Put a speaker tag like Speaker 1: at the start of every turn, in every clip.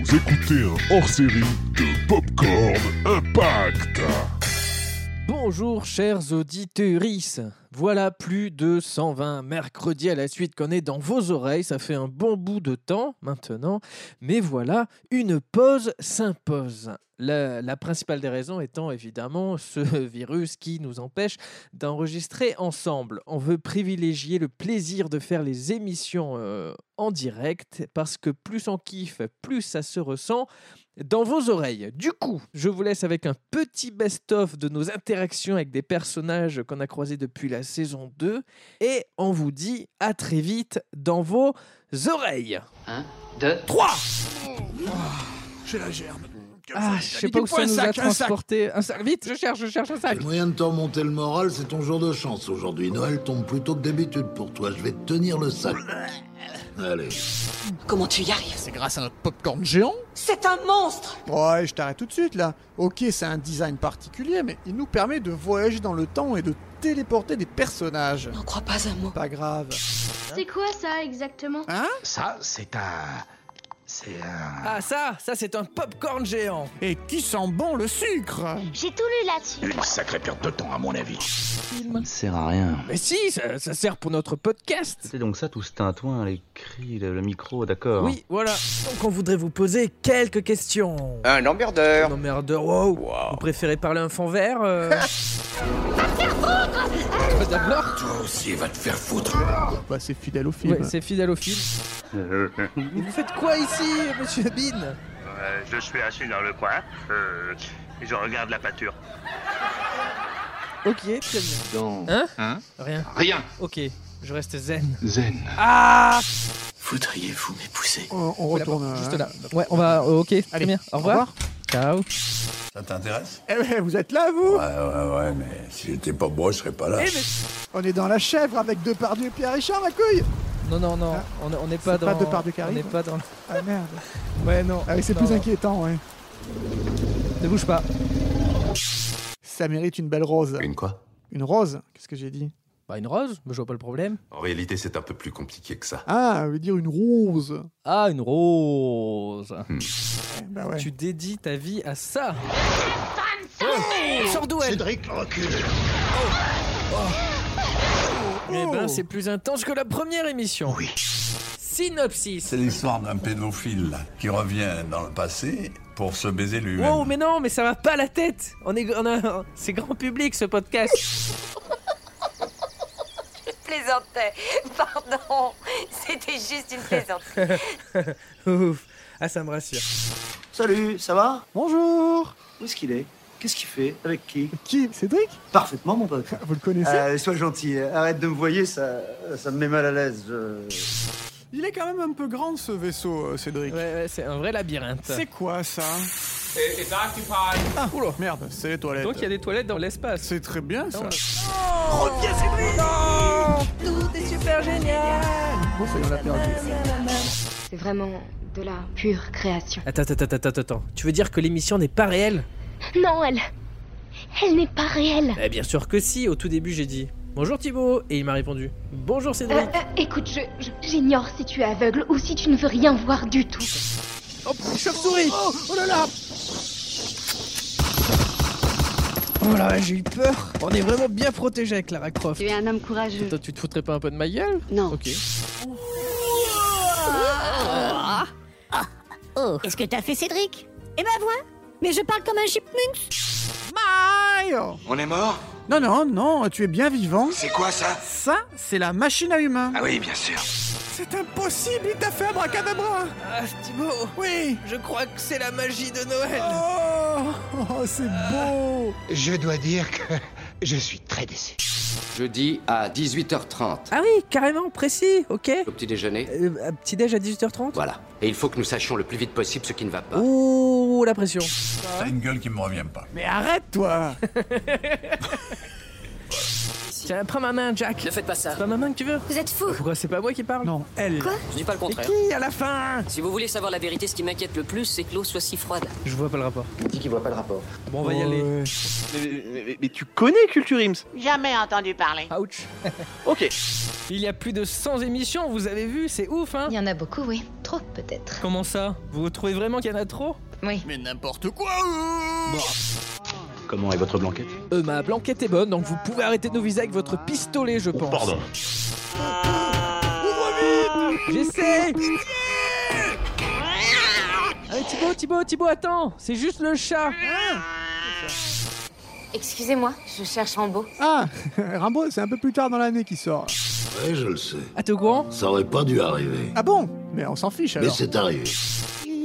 Speaker 1: écoutez un hors-série de Popcorn Impact.
Speaker 2: Bonjour chers auditeuristes. Voilà plus de 120 mercredis à la suite qu'on est dans vos oreilles, ça fait un bon bout de temps maintenant, mais voilà, une pause s'impose. La, la principale des raisons étant évidemment ce virus qui nous empêche d'enregistrer ensemble. On veut privilégier le plaisir de faire les émissions euh, en direct parce que plus on kiffe, plus ça se ressent dans vos oreilles. Du coup, je vous laisse avec un petit best-of de nos interactions avec des personnages qu'on a croisés depuis la saison 2 et on vous dit à très vite dans vos oreilles.
Speaker 3: 1, 2,
Speaker 4: 3 J'ai la germe.
Speaker 2: Ah, je sais pas où ça nous a transporté. Un sac, vite, je cherche, je cherche un sac.
Speaker 5: Les moyens de te remonter le moral, c'est ton jour de chance aujourd'hui. Noël tombe plus tôt que d'habitude pour toi. Je vais te tenir le sac. Allez.
Speaker 6: Comment tu y arrives
Speaker 4: C'est grâce à notre popcorn géant
Speaker 6: C'est un monstre
Speaker 4: Ouais, je t'arrête tout de suite là. Ok, c'est un design particulier, mais il nous permet de voyager dans le temps et de téléporter des personnages.
Speaker 6: N'en crois pas un mot.
Speaker 4: Pas grave.
Speaker 7: C'est quoi ça exactement
Speaker 4: Hein
Speaker 8: Ça, c'est un. C'est un.
Speaker 2: Ah ça, ça c'est un popcorn géant.
Speaker 4: Et qui sent bon le sucre
Speaker 7: J'ai tout lu là-dessus.
Speaker 8: Une sacrée perte de temps, à mon avis. ne sert à rien.
Speaker 2: Mais si, ça, ça sert pour notre podcast.
Speaker 9: C'est donc ça tout ce tintouin, les cris, le, le micro, d'accord
Speaker 2: Oui, voilà. Donc on voudrait vous poser quelques questions.
Speaker 10: Un emmerdeur.
Speaker 2: Non merde, wow. Vous préférez parler un fond vert euh Pas D'abord,
Speaker 8: Toi aussi, va te faire foutre.
Speaker 4: Bah, c'est fidèle au film.
Speaker 2: ouais, c'est fidèle au film. Mais vous faites quoi ici, monsieur Bean
Speaker 11: je suis assis dans le coin. Euh, je regarde la pâture.
Speaker 2: Ok, très bien.
Speaker 8: Non.
Speaker 2: Hein
Speaker 8: Hein
Speaker 2: Rien.
Speaker 8: Rien.
Speaker 2: Ok, je reste zen.
Speaker 8: Zen.
Speaker 2: Ah
Speaker 8: Voudriez-vous m'épouser
Speaker 4: on, on retourne. euh,
Speaker 2: Juste
Speaker 4: hein.
Speaker 2: là. Ouais, on va. euh, Ok, très
Speaker 4: Allez,
Speaker 2: bien. Au revoir. Ciao.
Speaker 5: Ça t'intéresse
Speaker 4: Eh ouais, vous êtes là, vous
Speaker 5: Ah, Ouais, ouais, ouais, mais si j'étais pas moi, je serais pas là.
Speaker 4: On est dans la chèvre avec Depardieu et Pierre Richard, ma couille
Speaker 2: Non, non, non. On on n'est pas
Speaker 4: C'est
Speaker 2: dans.
Speaker 4: pas Depardieu qui
Speaker 2: On
Speaker 4: arrive,
Speaker 2: n'est pas dans.
Speaker 4: Ah merde.
Speaker 2: Ouais, non.
Speaker 4: Ah oui, c'est
Speaker 2: Non,
Speaker 4: plus
Speaker 2: non.
Speaker 4: inquiétant, ouais.
Speaker 2: Ne bouge pas.
Speaker 4: Ça mérite une belle rose.
Speaker 12: Une quoi
Speaker 4: Une rose Qu'est-ce que j'ai dit
Speaker 2: Bah, une rose, mais je vois pas le problème.
Speaker 12: En réalité, c'est un peu plus compliqué que ça.
Speaker 4: Ah, veut dire une rose.
Speaker 2: Ah, une rose.
Speaker 4: Ouais, Bah ouais.
Speaker 2: Tu dédies ta vie à ça. Sors d'où elle
Speaker 10: Cédric, recule.
Speaker 2: Oh. Eh ben, c'est plus intense que la première émission. Oui. Synopsis.
Speaker 5: C'est l'histoire d'un pédophile qui revient dans le passé pour se baiser lui-même.
Speaker 13: Oh,
Speaker 2: Wow, mais non, mais ça va pas la tête. On est, on a, c'est grand public ce podcast.
Speaker 6: Plaisantais. Pardon. C'était juste une plaisanterie.
Speaker 2: Ouf. Ah, ça me rassure.
Speaker 10: Salut, ça va
Speaker 4: Bonjour
Speaker 10: Où est-ce qu'il est Qu'est-ce qu'il fait Avec qui
Speaker 4: Qui Cédric
Speaker 10: Parfaitement, mon pote.
Speaker 4: Vous le connaissez
Speaker 10: Euh, sois gentil, arrête de me voyer, ça, Euh, ça me met mal à l'aise. euh. je-
Speaker 4: Il est quand même un peu grand ce vaisseau, euh, Cédric.
Speaker 2: Ouais, ouais, c'est un vrai labyrinthe.
Speaker 4: C'est quoi ça Ah, merde, c'est les toilettes.
Speaker 2: Donc il y a des toilettes dans l'espace.
Speaker 4: C'est très bien ça.
Speaker 2: Non,
Speaker 4: Reviens, Cédric
Speaker 2: Tout est super génial.
Speaker 4: Bon, Oh, ça y est, on l'a perdu.
Speaker 7: C'est vraiment de la pure création.
Speaker 2: Attends, attends, attends, attends, attends. Tu veux dire que l'émission n'est pas réelle
Speaker 7: Non, elle. Elle n'est pas réelle.
Speaker 2: Eh bien sûr que si. Au tout début, j'ai dit bonjour Thibaut et il m'a répondu bonjour Cédric.
Speaker 7: Euh, euh, écoute, je, je- j'ignore si tu es aveugle ou si tu ne veux rien voir du tout.
Speaker 2: Oh, chauve-souris
Speaker 4: Oh, oh là là
Speaker 2: Oh là, j'ai eu peur. On est vraiment bien protégé avec Lara Croft.
Speaker 7: Tu es un homme courageux.
Speaker 2: Toi, tu te foutrais pas un peu de ma gueule
Speaker 6: Non.
Speaker 2: Ok.
Speaker 6: Oh, qu'est-ce que t'as fait, Cédric Et ma voix Mais je parle comme un chipmunk
Speaker 4: Mario
Speaker 8: On est mort
Speaker 4: Non, non, non, tu es bien vivant.
Speaker 8: C'est quoi ça
Speaker 4: Ça, c'est la machine à humains.
Speaker 8: Ah oui, bien sûr.
Speaker 4: C'est impossible, il t'a fait abracadabra
Speaker 2: Ah, Thibaut,
Speaker 4: Oui
Speaker 2: je crois que c'est la magie de Noël.
Speaker 4: Oh, oh, c'est beau
Speaker 3: Je dois dire que je suis très déçu.
Speaker 10: Jeudi à 18h30,
Speaker 2: Ah oui, carrément, précis, ok.
Speaker 10: au petit déjeuner.
Speaker 2: Euh, un petit déj à 18h30
Speaker 10: Voilà. Et il faut que nous sachions le plus vite possible ce qui ne va pas.
Speaker 2: Ouh, la pression.
Speaker 5: T'as une gueule qui me revient pas.
Speaker 4: Mais arrête, toi
Speaker 14: ici.
Speaker 2: Tiens, prends ma main, Jack.
Speaker 14: Ne faites pas ça.
Speaker 2: C'est pas ma main que tu veux
Speaker 6: Vous êtes fou.
Speaker 2: Pourquoi c'est pas moi qui parle Non, elle.
Speaker 14: Je dis pas le contraire.
Speaker 2: Et qui, à la fin
Speaker 14: Si vous voulez savoir la vérité, ce qui m'inquiète le plus, c'est que l'eau soit si froide.
Speaker 2: Je vois pas le rapport.
Speaker 10: Dis qu'il voit pas le rapport.
Speaker 2: Bon, on va
Speaker 4: Oh,
Speaker 2: y aller.
Speaker 15: Mais, mais- mais tu connais Culture Ims
Speaker 16: Jamais entendu parler.
Speaker 2: Ouch.
Speaker 15: Ok.
Speaker 2: Il y a plus de 100 émissions, vous avez vu, c'est ouf, hein
Speaker 7: Il y en a beaucoup, oui. Trop, peut-être.
Speaker 2: Comment ça Vous trouvez vraiment qu'il y en a trop
Speaker 7: Oui.
Speaker 16: Mais n'importe quoi
Speaker 9: Comment est votre blanquette
Speaker 2: Euh, ma blanquette est bonne, donc vous pouvez arrêter de nous viser avec votre pistolet,
Speaker 5: Oh,
Speaker 2: je pense.
Speaker 9: pardon.
Speaker 2: Ouvre vite J'essaie Allez, Thibaut, Thibaut, Thibaut, attends C'est juste le chat
Speaker 17: Excusez-moi, je cherche Rambo.
Speaker 4: Ah, Rambo, c'est un peu plus tard dans l'année qu'il sort.
Speaker 5: Ouais, je le sais.
Speaker 2: Ah, t'es au courant
Speaker 5: Ça aurait pas dû arriver.
Speaker 4: Ah bon Mais on s'en fiche
Speaker 5: Mais
Speaker 4: alors.
Speaker 5: c'est arrivé.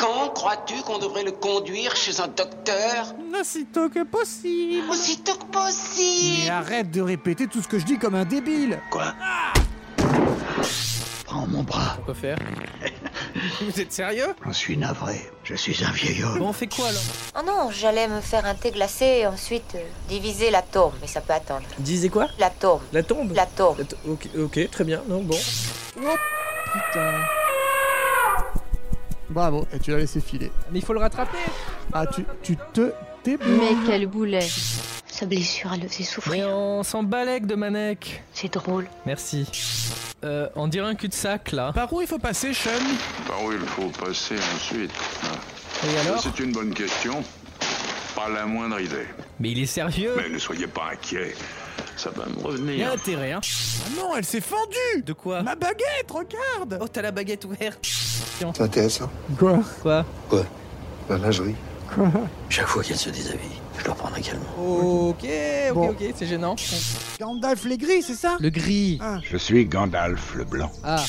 Speaker 16: Quand crois-tu qu'on devrait le conduire chez un docteur
Speaker 4: Aussitôt que possible
Speaker 16: Aussitôt que possible
Speaker 4: Mais arrête de répéter tout ce que je dis comme un débile
Speaker 5: Quoi Prends mon bras.
Speaker 2: Quoi faire Vous êtes sérieux
Speaker 5: Je suis navré. Je suis un vieil homme.
Speaker 2: Bon, on fait quoi alors
Speaker 17: Ah non, j'allais me faire un thé glacé et ensuite euh, diviser la tombe, mais ça peut attendre.
Speaker 2: Disais quoi
Speaker 17: La tombe.
Speaker 2: La tombe
Speaker 17: La tombe.
Speaker 2: La to- ok, ok, très bien, non, bon. Oh putain
Speaker 4: Bravo, et tu l'as laissé filer.
Speaker 2: Mais il faut le rattraper
Speaker 4: Ah, tu, tu te débrouilles.
Speaker 7: Mais quel boulet Sa blessure, elle le fait souffrir.
Speaker 2: Mais on s'en balèque de Manek
Speaker 7: C'est drôle.
Speaker 2: Merci. Euh, on dirait un cul-de-sac là. Par où il faut passer, Sean
Speaker 13: Par où il faut passer ensuite
Speaker 2: Et alors
Speaker 13: C'est une bonne question. Pas la moindre idée.
Speaker 2: Mais il est sérieux
Speaker 13: Mais ne soyez pas inquiets. Ça va me revenir.
Speaker 2: Il y a intérêt, hein
Speaker 4: Ah non, elle s'est fendue
Speaker 2: De quoi
Speaker 4: Ma baguette, regarde
Speaker 2: Oh, t'as la baguette ouverte
Speaker 18: C'est intéressant.
Speaker 4: Quoi
Speaker 2: Quoi
Speaker 18: Quoi La lingerie.
Speaker 4: Quoi
Speaker 8: Chaque fois qu'elle se déshabille, je leur prendrai calmement.
Speaker 2: Ok, ok,
Speaker 4: Bon.
Speaker 2: ok, c'est gênant.
Speaker 4: Gandalf les gris, c'est ça
Speaker 2: Le gris.
Speaker 4: Ah.
Speaker 19: Je suis Gandalf le Blanc.
Speaker 2: Ah,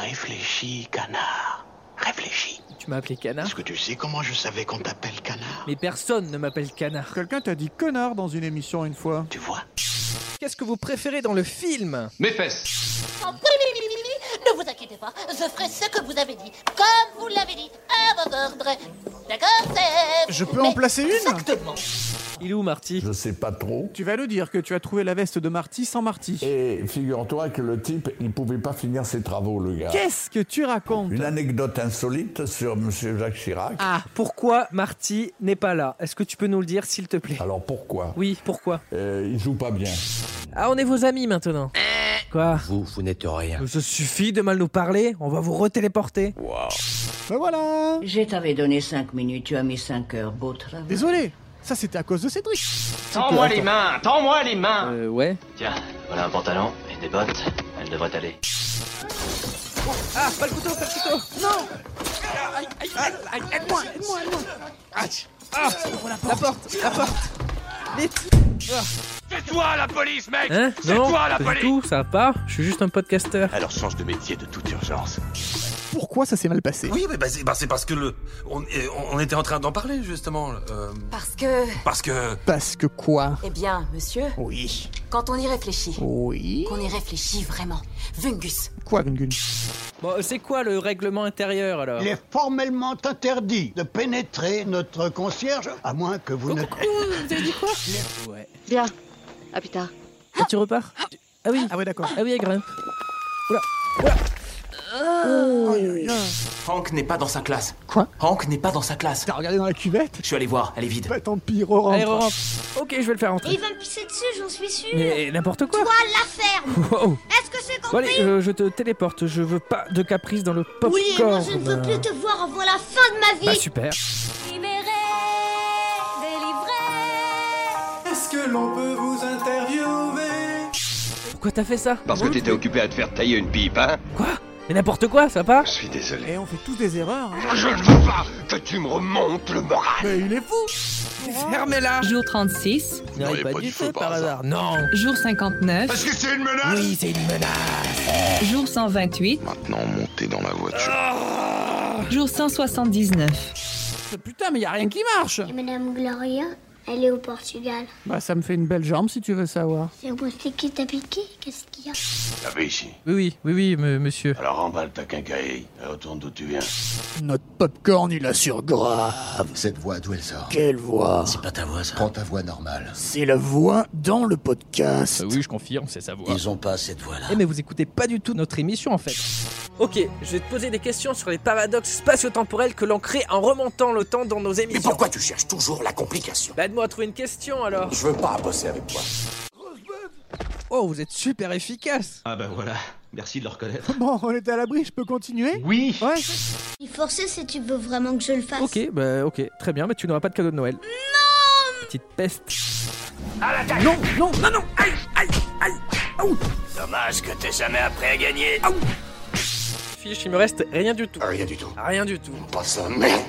Speaker 16: Réfléchis, canard. Réfléchis.
Speaker 2: tu m'as appelé Cana
Speaker 16: Est-ce que tu sais comment je savais qu'on t'appelle canard
Speaker 2: Mais personne ne m'appelle Canard.
Speaker 4: Quelqu'un t'a dit connard dans une émission une fois.
Speaker 16: Tu vois
Speaker 2: Qu'est-ce que vous préférez dans le film
Speaker 16: Mes fesses.
Speaker 17: Oh, Ne vous inquiétez pas, je ferai ce que vous avez dit, comme vous l'avez dit, à vos ordres. D'accord, c'est...
Speaker 4: Je peux en placer une
Speaker 2: Il est où Marty
Speaker 20: Je sais pas trop.
Speaker 4: Tu vas le dire que tu as trouvé la veste de Marty sans Marty.
Speaker 20: Et figure-toi que le type, il pouvait pas finir ses travaux, le
Speaker 2: Ah.
Speaker 20: gars.
Speaker 4: Qu'est-ce que tu racontes
Speaker 20: Une anecdote insolite sur Monsieur Jacques Chirac.
Speaker 2: Ah, pourquoi Marty n'est pas là Est-ce que tu peux nous le dire, s'il te plaît
Speaker 20: Alors pourquoi
Speaker 2: Ah. Oui, pourquoi
Speaker 20: Euh, Il joue pas bien.
Speaker 2: Ah, on est vos amis maintenant. Eh. Quoi
Speaker 8: Vous, vous n'êtes rien.
Speaker 2: Ça suffit de mal nous parler, on va vous retéléporter.
Speaker 4: Ben voilà
Speaker 21: Je t'avais donné 5 minutes, tu as mis 5 heures, beau travail.
Speaker 4: Désolé, ça c'était à cause de Cédric.
Speaker 21: Tends-moi les mains,
Speaker 10: tends-moi les mains.
Speaker 2: Euh, ouais.
Speaker 8: Tiens, voilà un pantalon et des bottes. Elles devraient aller.
Speaker 2: Ah, pas le couteau, pas le couteau
Speaker 4: Non Aïe, aïe, aïe, aïe, aide-moi, aide-moi, aide-moi Aïe Ah la porte, la porte, la porte.
Speaker 11: C'est toi la police, mec
Speaker 2: Hein
Speaker 11: C'est
Speaker 2: Non,
Speaker 11: toi la
Speaker 2: pas du
Speaker 11: police
Speaker 2: tout, ça va pas. Je suis juste un podcasteur.
Speaker 8: Alors change de métier de toute urgence.
Speaker 4: Pourquoi ça s'est mal passé
Speaker 8: Oui, mais bah, c'est bah, c'est parce que le. On, eh, on- on était en train d'en parler justement. euh,
Speaker 17: Parce que...
Speaker 8: parce que.
Speaker 4: Parce que quoi
Speaker 17: Eh bien, monsieur,
Speaker 4: Oui.
Speaker 17: quand on y réfléchit,
Speaker 4: Oui.
Speaker 17: qu'on y réfléchit vraiment, Vungus,
Speaker 4: Quoi, Gungun
Speaker 2: Bon, euh, c'est quoi le règlement intérieur alors
Speaker 22: Il est formellement interdit de pénétrer notre concierge, à moins que vous ne...
Speaker 2: Vous avez dit quoi Ouais.
Speaker 7: Bien. À plus tard.
Speaker 2: Ah, tu repars Ah oui.
Speaker 4: Ah ouais, d'accord.
Speaker 2: Ah oui, elle grimpe.
Speaker 8: Hank n'est pas dans sa classe.
Speaker 4: Quoi
Speaker 8: Hank n'est pas dans sa classe.
Speaker 4: T'as regardé dans la cuvette
Speaker 8: Je suis allé voir, elle est vide.
Speaker 4: Bah tant pis,
Speaker 2: Allez,
Speaker 4: re-rentre.
Speaker 2: rentre. Ok, je vais le faire rentrer.
Speaker 6: va me pisser dessus, j'en suis sûr.
Speaker 2: Mais n'importe quoi.
Speaker 6: la ferme
Speaker 2: Wow.
Speaker 6: Est-ce que c'est
Speaker 2: Bon, allez, euh, je te téléporte. Je veux pas de caprice dans le popcorn.
Speaker 6: Oui, et moi je ne veux plus te voir, en la fin de ma vie
Speaker 2: Bah super.
Speaker 6: Libéré, délivré
Speaker 4: Est-ce que l'on peut vous interviewer
Speaker 2: Pourquoi t'as fait ça
Speaker 23: Parce que t'étais occupé à te faire tailler une pipe, hein
Speaker 2: Mais n'importe quoi, ça part
Speaker 23: Je suis désolé.
Speaker 4: Et Eh, on fait tous des erreurs. hein.
Speaker 23: Je ne veux pas que tu me remontes le moral.
Speaker 4: Ah, Mais il est fou
Speaker 2: Ah. Fermez-la
Speaker 24: Jour 36,
Speaker 2: Il n'y aurait pas, du feu par hasard. Non
Speaker 24: jour 59,
Speaker 23: Est-ce que c'est une menace
Speaker 2: Oui, c'est une menace
Speaker 24: jour 128,
Speaker 22: Maintenant, montez dans la voiture.
Speaker 24: jour 179.
Speaker 4: Putain, mais y a rien qui marche
Speaker 6: Madame Gloria
Speaker 1: Elle est au Portugal.
Speaker 4: Bah, ça me fait une belle jambe si tu veux savoir.
Speaker 1: C'est où c'est qui t'a piqué Qu'est-ce qu'il y a
Speaker 3: La vie ici.
Speaker 2: Oui, oui, oui, oui, me- monsieur.
Speaker 3: Alors remballe ta quincaille et retourne d'où tu viens.
Speaker 4: Notre popcorn, il assure grave.
Speaker 12: Cette voix, d'où elle sort
Speaker 4: Quelle voix
Speaker 12: C'est pas ta voix, ça. Prends ta voix normale.
Speaker 4: C'est la voix dans le podcast.
Speaker 2: oui, je confirme, c'est sa voix.
Speaker 12: Ils ont pas cette voix-là.
Speaker 2: Eh mais vous écoutez pas du tout notre émission en fait.
Speaker 14: Ok, je vais te poser des questions sur les paradoxes spatio-temporels que l'on crée en remontant le temps dans nos émissions.
Speaker 25: Mais pourquoi tu cherches toujours la complication
Speaker 14: Bah aide-moi à trouver une question alors.
Speaker 25: Je veux pas bosser avec toi.
Speaker 2: Oh, vous êtes super efficace.
Speaker 9: Ah bah voilà, merci de le reconnaître.
Speaker 4: Bon, on est à l'abri, je peux continuer
Speaker 9: Oui
Speaker 4: Ouais
Speaker 1: Il forçait si tu veux vraiment que je le fasse.
Speaker 2: Ok, bah ok, très bien, mais tu n'auras pas de cadeau de Noël.
Speaker 1: Non
Speaker 2: Petite peste.
Speaker 25: À l'attaque
Speaker 2: Non, non, non, non
Speaker 25: Aïe Aïe Aïe Dommage que t'es jamais après à gagner.
Speaker 2: Fiche, il me reste rien du tout.
Speaker 25: Rien du tout.
Speaker 2: Rien du tout.
Speaker 25: Pas ça, merde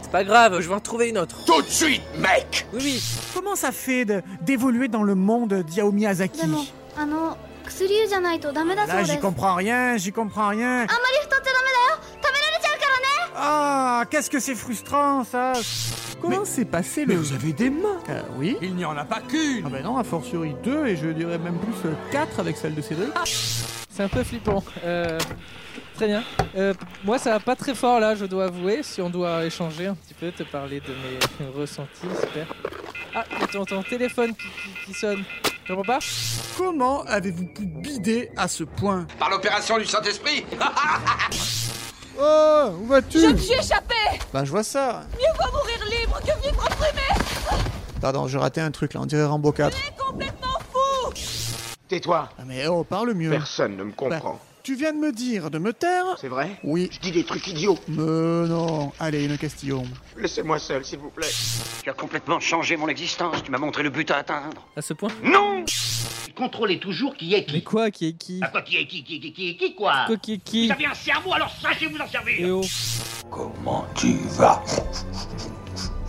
Speaker 14: C'est pas grave, je vais en trouver une autre.
Speaker 25: Tout de suite, mec
Speaker 14: Oui, oui.
Speaker 26: Comment ça fait de- d'évoluer dans le monde d'Yao Miyazaki
Speaker 1: でもあの薬湯じゃないとダメだそう
Speaker 26: Là,
Speaker 1: です
Speaker 26: j'y
Speaker 1: あんまり
Speaker 26: comprends rien, j'y comprends rien.
Speaker 1: 太っちゃダメだよ食べられちゃうからね
Speaker 26: Ah, qu'est-ce que c'est frustrant, ça
Speaker 4: Comment s'est passé le.
Speaker 26: avez des mains
Speaker 4: Euh, oui.
Speaker 26: Il n'y en a pas qu'une
Speaker 4: Ah bah non, a fortiori 2 et je dirais même plus 4 avec celle de Cédric.
Speaker 2: C'est un peu flippant. Euh, très bien. Euh, moi, ça va pas très fort là, je dois avouer. Si on doit échanger un petit peu, te parler de mes ressentis, super. Ah, il y a ton, ton téléphone qui, qui- qui sonne. Tu comprends pas
Speaker 4: Comment avez-vous pu bider à ce point
Speaker 25: Par l'opération du Saint-Esprit
Speaker 4: Oh, où vas-tu
Speaker 27: échappé
Speaker 4: Bah, je vois ça.
Speaker 27: Mieux vaut mourir libre que vivre opprimé
Speaker 4: Pardon, j'ai raté un truc là, on dirait Rambo 4.
Speaker 27: Complètement fou
Speaker 23: Tais-toi.
Speaker 4: Ah, mais oh, parle mieux.
Speaker 23: Personne ne me comprend.
Speaker 4: Bah, tu viens de me dire de me taire
Speaker 23: C'est vrai
Speaker 4: Oui.
Speaker 23: Je dis des trucs idiots.
Speaker 4: Me non. Allez, une question.
Speaker 23: Laissez-moi seul, s'il vous plaît.
Speaker 25: Tu as complètement changé mon existence, tu m'as montré le but à atteindre.
Speaker 2: À ce point
Speaker 25: Non
Speaker 27: Contrôlez toujours qui est
Speaker 2: Mais
Speaker 27: qui
Speaker 2: quoi, qui est qui
Speaker 27: Ah quoi, qui est qui, qui, qui, qui, qui, quoi
Speaker 2: Quoi, qui est qui
Speaker 27: Vous avez un cerveau, alors sachez vous en servir
Speaker 2: Eh oh.
Speaker 25: Comment tu vas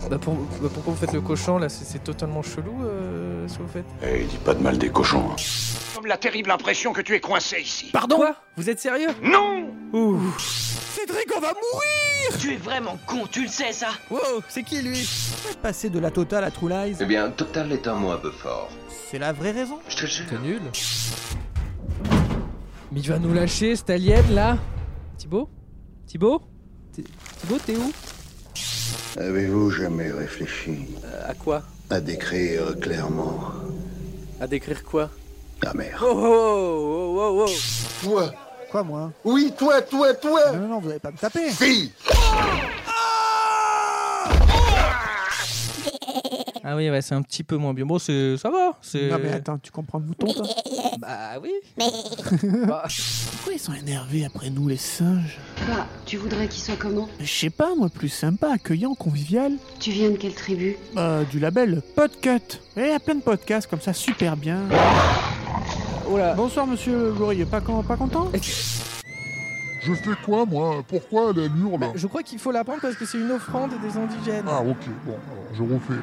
Speaker 2: Bah, pour- bah, pourquoi vous faites le cochon là C'est- C'est totalement chelou euh, ce que vous faites.
Speaker 12: Eh, dis pas de mal des cochons. hein.
Speaker 25: Comme la terrible impression que tu es coincé ici.
Speaker 2: Pardon Quoi Vous êtes sérieux
Speaker 25: Non
Speaker 2: Ouh
Speaker 4: Cédric, on va mourir
Speaker 27: Tu es vraiment con, tu le sais ça
Speaker 2: Wow, c'est qui lui
Speaker 4: Passer de la totale à True Lies,
Speaker 3: bien, Total est un mot un peu fort.
Speaker 4: c'est la vraie raison.
Speaker 3: Je te jure.
Speaker 2: C'est nul. Mais il va nous lâcher cet alien là Thibaut Thibaut Thi- Thibaut, t'es où
Speaker 12: Avez-vous jamais réfléchi
Speaker 2: Euh, À quoi
Speaker 12: à décrire clairement
Speaker 2: À décrire quoi
Speaker 12: la mer
Speaker 2: Oh oh oh oh oh
Speaker 22: Toi
Speaker 4: Quoi, moi
Speaker 22: Oui, toi, toi, toi
Speaker 4: Non, non, non, vous allez pas me taper.
Speaker 22: Fille
Speaker 2: Ah oui, ouais, c'est un petit peu moins bien. Bon, c'est- ça va. c'est-
Speaker 4: Non, mais attends, tu comprends le mouton, toi
Speaker 2: Bah oui. Bah,
Speaker 4: Pourquoi ils sont énervés après nous, les singes
Speaker 14: Quoi Bah, Tu voudrais qu'ils soient comment
Speaker 4: Je sais pas, moi, plus sympa, accueillant, convivial.
Speaker 14: Tu viens de quelle tribu
Speaker 4: Euh, du label Podcut. Et il y a plein de podcasts comme ça, super bien.
Speaker 2: oh là.
Speaker 4: Bonsoir, monsieur Gorille, pas, con- pas content
Speaker 26: Je fais quoi, moi Pourquoi elle, elle hurle
Speaker 2: Bah, je crois qu'il faut la prendre parce que c'est une offrande des indigènes.
Speaker 26: Ah, ok, bon, alors je refais.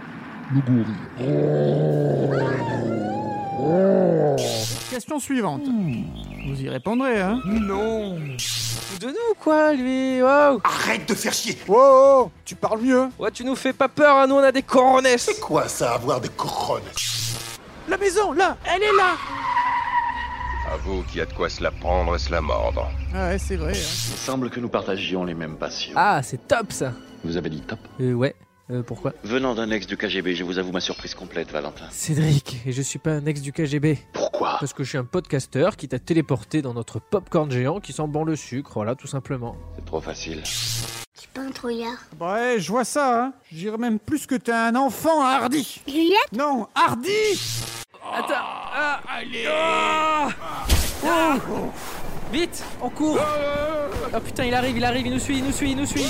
Speaker 26: Le gorille.
Speaker 4: Question suivante. Vous y répondrez, hein
Speaker 26: Non
Speaker 2: Oh. De nous quoi, lui Wow
Speaker 25: Arrête de faire chier
Speaker 4: Wow, oh, tu parles mieux
Speaker 2: Ouais, tu nous fais pas peur, hein, nous on a des coronets.
Speaker 25: C'est quoi ça, avoir des couronnes
Speaker 4: La maison, là, elle est là
Speaker 13: À vous qui a de quoi se la prendre et se la mordre.
Speaker 4: Ah ouais, c'est vrai. hein.
Speaker 3: Il semble que nous partagions les mêmes passions.
Speaker 2: Ah, c'est top ça.
Speaker 3: Vous avez dit top
Speaker 2: Euh, ouais. Euh, pourquoi
Speaker 3: Venant d'un ex du KGB, je vous avoue ma surprise complète, Valentin.
Speaker 2: Cédric, et je suis pas un ex du KGB.
Speaker 3: Pourquoi
Speaker 2: Parce que je suis un podcasteur qui t'a téléporté dans notre popcorn géant qui sent bon le sucre, voilà, tout simplement.
Speaker 3: C'est trop facile.
Speaker 1: Je suis pas un trouillard.
Speaker 4: Bah ouais, je vois ça, hein. Je dirais même plus que t'es un enfant, Hardy
Speaker 1: Juliette
Speaker 4: Non, Hardy
Speaker 2: Attends ah, Allez ah Ah Vite On court Oh putain, il arrive, il arrive, il nous suit, il nous suit, il nous suit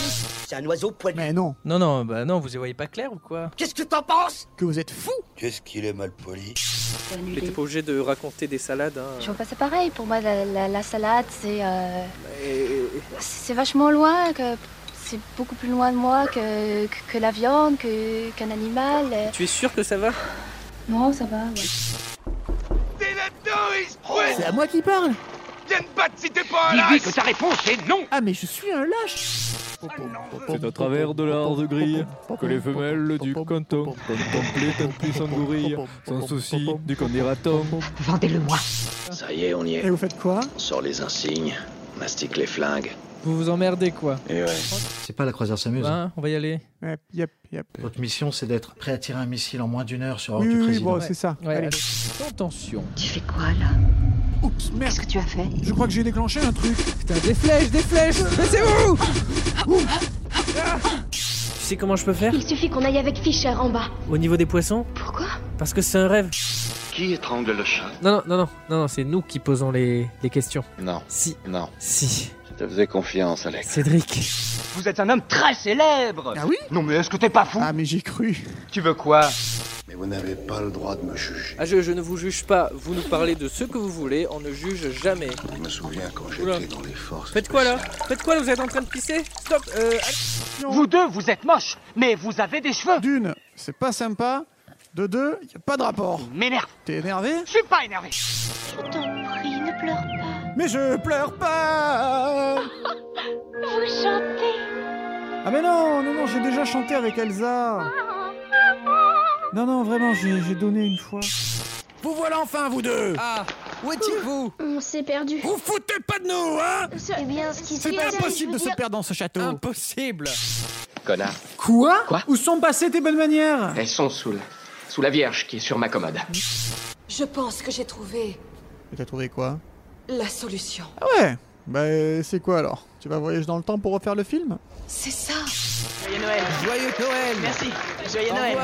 Speaker 26: C'est un oiseau poilu.
Speaker 4: Mais non,
Speaker 2: Non, non, bah non, vous y voyez pas clair ou quoi
Speaker 26: Qu'est-ce que t'en penses
Speaker 4: que vous êtes fou
Speaker 25: Qu'est-ce qu'il est mal poli
Speaker 2: Mais t'es pas obligé de raconter des salades, hein.
Speaker 7: Je vois pas, c'est pareil. Pour moi, la, la- la salade, c'est. euh, C'est vachement loin, que c'est beaucoup plus loin de moi que, que, que la viande, que- qu'un animal. euh.
Speaker 2: Tu es sûr que ça va
Speaker 7: Non, ça va, ouais.
Speaker 25: T'es là-dedans,
Speaker 4: C'est à moi qui parle
Speaker 25: Viens te battre si t'es pas
Speaker 27: Dis-lui que ta réponse est non
Speaker 4: Ah, mais je suis un lâche
Speaker 2: C'est à travers de l'art de grille que les femelles du canton contemplaient un puissant gorille, sans souci du qu'en dira-t-on.
Speaker 12: Vendez-le-moi. Ça y est, on y est.
Speaker 4: Et vous faites quoi
Speaker 12: On sort les insignes, on mastique les flingues.
Speaker 2: Vous vous emmerdez quoi
Speaker 12: Et Eh ouais.
Speaker 5: C'est pas la croisière s'amuse.
Speaker 2: Hein, on va y aller.
Speaker 4: Yep, yep, yep.
Speaker 5: Votre mission, c'est d'être prêt à tirer un missile en moins d'une heure sur ordre
Speaker 4: Oui,
Speaker 5: du
Speaker 4: oui, oui,
Speaker 5: président.
Speaker 4: bon, c'est ça.
Speaker 2: Ouais,
Speaker 4: Allez.
Speaker 2: allez. Attention.
Speaker 15: Tu fais quoi là
Speaker 4: Oups, merde.
Speaker 15: Qu'est-ce que tu as fait
Speaker 4: Je crois que j'ai déclenché un truc.
Speaker 2: Putain, des flèches, des flèches Laissez-vous Tu sais comment je peux faire
Speaker 15: Il suffit qu'on aille avec Fischer en bas.
Speaker 14: Au niveau des poissons
Speaker 15: Pourquoi
Speaker 14: Parce que c'est un rêve.
Speaker 3: Qui étrangle le chat
Speaker 2: Non, non, non, non, non, non, c'est nous qui posons les, les questions.
Speaker 3: Non,
Speaker 14: Si,
Speaker 3: non.
Speaker 14: si.
Speaker 3: Je te faisais confiance, Alex.
Speaker 2: Cédric.
Speaker 25: Vous êtes un homme très célèbre
Speaker 4: Ah oui
Speaker 25: Non mais est-ce que t'es pas fou
Speaker 4: Ah, mais j'ai cru.
Speaker 25: Tu veux quoi
Speaker 12: Mais vous n'avez pas le droit de me juger.
Speaker 14: Ah, je, je ne vous juge pas, vous nous parlez de ce que vous voulez, on ne juge jamais.
Speaker 12: Je me souviens quand
Speaker 14: Oula.
Speaker 12: j'étais dans les forces.
Speaker 14: Faites quoi là Faites quoi là Vous êtes en train de pisser Stop euh, att-
Speaker 25: Vous deux, vous êtes moches, mais vous avez des cheveux
Speaker 4: D'une, c'est pas sympa. De deux, y a pas de rapport.
Speaker 25: M'énerve
Speaker 4: T'es énervé
Speaker 25: Je suis pas énervé
Speaker 15: Je t'en prie, ne pleure pas.
Speaker 4: Mais je pleure pas
Speaker 15: Vous chantez
Speaker 4: Ah mais non, non, non, j'ai déjà chanté avec Elsa. Non, non, vraiment, j'ai j'ai donné une fois.
Speaker 5: Vous voilà enfin, vous deux
Speaker 14: Ah Où est-il vous
Speaker 15: On s'est perdu.
Speaker 5: Vous foutez pas de nous, hein
Speaker 15: Eh bien, ce qui s'est
Speaker 4: C'est
Speaker 15: passé,
Speaker 4: impossible de
Speaker 15: je veux
Speaker 4: se
Speaker 15: dire-
Speaker 4: perdre dans ce château.
Speaker 14: Impossible
Speaker 25: Connard.
Speaker 4: Quoi,
Speaker 25: Quoi
Speaker 4: Où sont passées tes bonnes manières
Speaker 25: Elles sont sous la... Sous la Vierge qui est sur ma commode.
Speaker 16: Je pense que j'ai trouvé
Speaker 4: T'as trouvé quoi
Speaker 16: la solution.
Speaker 4: Ah ouais Bah euh, c'est quoi alors Tu vas voyager dans le temps pour refaire le film
Speaker 16: C'est ça.
Speaker 27: Joyeux Noël
Speaker 2: Joyeux Noël
Speaker 27: Merci Joyeux
Speaker 4: Joyeux Noël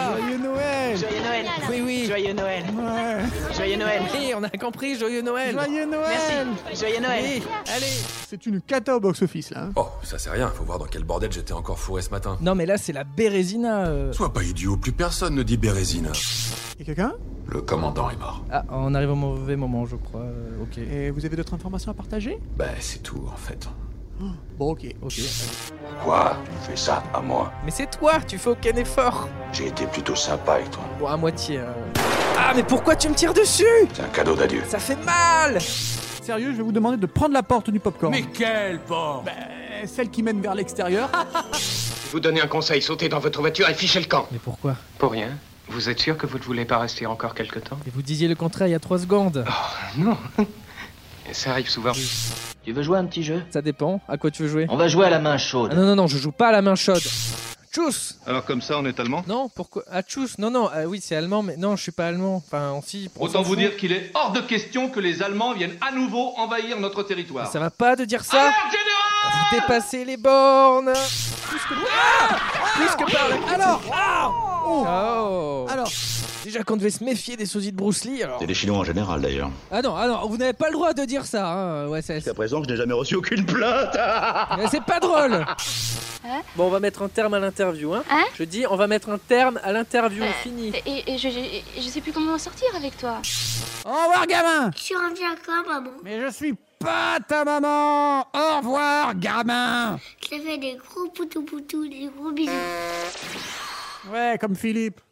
Speaker 27: Joyeux Noël
Speaker 2: Oui, oui
Speaker 27: Joyeux Noël
Speaker 4: Ouais
Speaker 27: Joyeux Noël
Speaker 2: Allez, on a compris, joyeux Noël
Speaker 4: Joyeux Noël
Speaker 27: Joyeux
Speaker 2: Allez, allez
Speaker 4: C'est une cata au box-office là. hein.
Speaker 8: Oh, ça c'est rien, faut voir dans quel bordel j'étais encore fourré ce matin.
Speaker 2: Non mais là c'est la Bérésina euh.
Speaker 8: Sois pas idiot, plus personne ne dit Bérésina.
Speaker 4: Et quelqu'un
Speaker 13: Le commandant est mort.
Speaker 2: Ah, on arrive au mauvais moment je crois, euh, ok.
Speaker 4: Et vous avez d'autres informations à partager
Speaker 13: Ben, c'est tout, en fait.
Speaker 4: Bon ok.
Speaker 2: Ok.
Speaker 12: Quoi Tu fais ça à moi
Speaker 2: Mais c'est toi, tu fais aucun effort
Speaker 12: J'ai été plutôt sympa avec toi.
Speaker 2: Bon, à moitié. euh. Ah, mais pourquoi tu me tires dessus
Speaker 12: C'est un cadeau d'adieu.
Speaker 2: Ça fait mal
Speaker 4: Sérieux, je vais vous demander de prendre la porte du popcorn.
Speaker 25: quelle porte
Speaker 4: Euh, celle qui mène vers l'extérieur.
Speaker 25: Vous donnez un conseil, sautez dans votre voiture et fichez le camp
Speaker 2: Mais pourquoi
Speaker 25: Pour rien Vous êtes sûr que vous ne voulez pas rester encore quelque temps
Speaker 2: Et vous disiez le contraire il y a 3 secondes.
Speaker 12: Ah.
Speaker 25: Non Ça arrive souvent.
Speaker 18: Tu veux jouer à un petit jeu
Speaker 2: Ça dépend, à quoi tu veux jouer
Speaker 18: On va jouer à la main
Speaker 2: Ah
Speaker 18: chaude.
Speaker 2: non, non, non, je joue pas à la main chaude. Tchuss
Speaker 13: Alors comme ça, on est allemand
Speaker 2: Non, pourquoi Ah, tchuss Non, non, ah oui, c'est allemand, mais non, je suis pas allemand. Enfin, on si. on
Speaker 19: Autant
Speaker 2: s'en
Speaker 19: vous
Speaker 2: fout.
Speaker 19: dire qu'il est hors de question que les Allemands viennent à nouveau envahir notre territoire.
Speaker 2: Ça va pas de dire ça Vous dépassez les bornes Plus que. Ah Plus que par le-
Speaker 14: Ah
Speaker 4: Alors Oh
Speaker 2: Oh
Speaker 4: Alors
Speaker 2: Déjà qu'on devait se méfier des sosies de Bruce Lee, alors.
Speaker 12: C'est des Chinois en général d'ailleurs.
Speaker 2: Ah non, ah non, vous n'avez pas le droit de dire ça, hein, ouais, c'est-
Speaker 12: Jusqu'à présent, je n'ai jamais reçu aucune plainte. Ah
Speaker 2: Mais c'est pas drôle
Speaker 14: Hein Bon, on va mettre un terme à l'interview, hein
Speaker 7: Hein
Speaker 14: Je dis, on va mettre un terme à l'interview,
Speaker 7: Euh,
Speaker 14: fini
Speaker 7: Et, et je, je, je sais plus comment en sortir avec toi.
Speaker 4: Au revoir gamin
Speaker 1: Tu reviens quand, maman
Speaker 4: Mais je suis pas ta maman Au revoir gamin
Speaker 1: Je te fais des gros poutous poutous, des gros bisous.
Speaker 4: Ouais, comme Philippe.